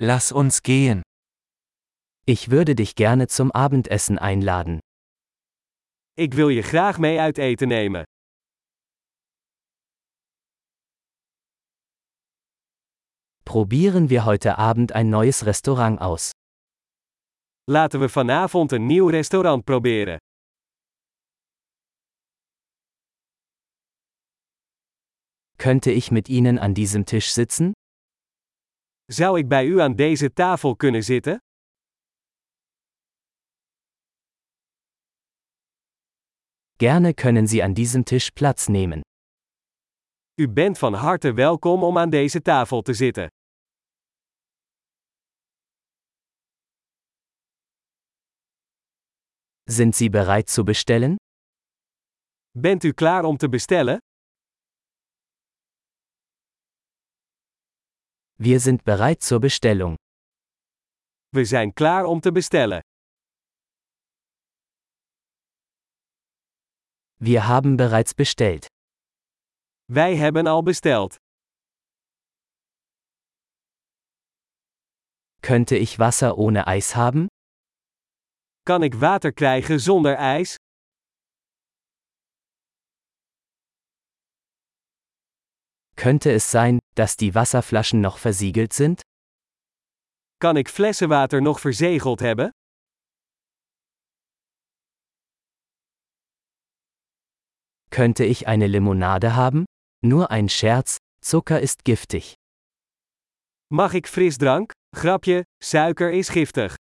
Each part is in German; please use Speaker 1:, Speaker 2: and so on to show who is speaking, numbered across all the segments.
Speaker 1: Lass uns gehen.
Speaker 2: Ich würde dich gerne zum Abendessen einladen.
Speaker 3: Ik wil je graag mee uit eten nemen.
Speaker 2: Probieren wir heute Abend ein neues Restaurant aus.
Speaker 3: Laten we vanavond een nieuw restaurant proberen.
Speaker 2: Könnte ich mit Ihnen an diesem Tisch sitzen?
Speaker 3: Zou ik bij u aan deze tafel kunnen zitten?
Speaker 2: Gerne können Sie an diesem Tisch Platz nehmen.
Speaker 3: U bent van harte welkom om aan deze tafel te zitten.
Speaker 2: Sind Sie bereit zu bestellen?
Speaker 3: Bent u klaar om te bestellen?
Speaker 2: Wir sind bereit zur Bestellung.
Speaker 3: We zijn klaar om te bestellen.
Speaker 2: Wir haben bereits bestellt.
Speaker 3: Wij hebben al besteld.
Speaker 2: Könnte ich Wasser ohne Eis haben?
Speaker 3: Kan ik water krijgen zonder ijs?
Speaker 2: Könnte es sein, dass die Wasserflaschen noch versiegelt sind?
Speaker 3: Kan ik flessenwater nog verzegeld hebben?
Speaker 2: Könnte ich eine Limonade haben? Nur ein Scherz, Zucker ist giftig.
Speaker 3: Mag ik frisdrank? Grapje, suiker is giftig.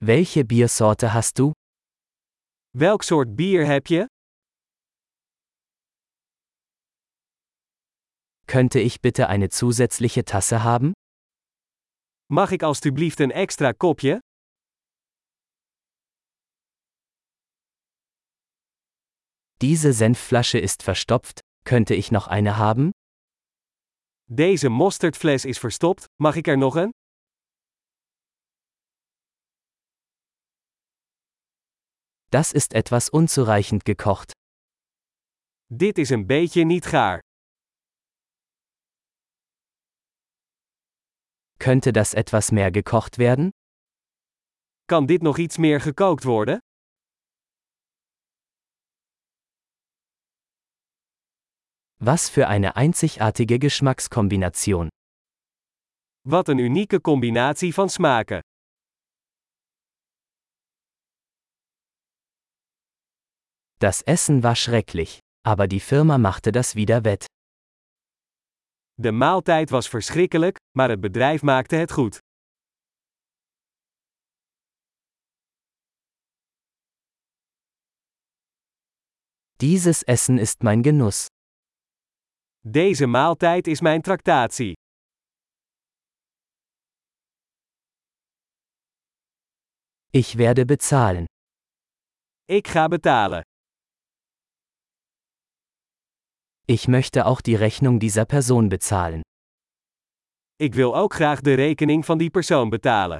Speaker 2: Welche Biersorte hast du?
Speaker 3: Welk soort bier heb je?
Speaker 2: Könnte ich bitte eine zusätzliche Tasse haben?
Speaker 3: Mag ik alstublieft een extra kopje?
Speaker 2: Diese Senfflasche ist verstopft, könnte ich noch eine haben?
Speaker 3: Deze mosterdfles is verstopt, mag ik er nog een?
Speaker 2: Das ist etwas unzureichend gekocht.
Speaker 3: Dit is een beetje niet gaar.
Speaker 2: Könnte das etwas meer gekocht werden?
Speaker 3: Kan dit nog iets meer gekookt worden?
Speaker 2: Was für eine einzigartige Geschmackskombination.
Speaker 3: Wat een unieke combinatie van smaken.
Speaker 2: Das Essen war schrecklich, aber die Firma machte das wieder wett.
Speaker 3: De maaltijd was verschrikkelijk, maar het bedrijf maakte het goed.
Speaker 2: Dieses Essen ist mein Genuss.
Speaker 3: Deze maaltijd is mijn tractatie.
Speaker 2: Ich werde bezahlen.
Speaker 3: Ik ga betalen.
Speaker 2: Ich möchte auch die Rechnung dieser Person bezahlen.
Speaker 3: Ik wil ook graag de rekening van die persoon betalen.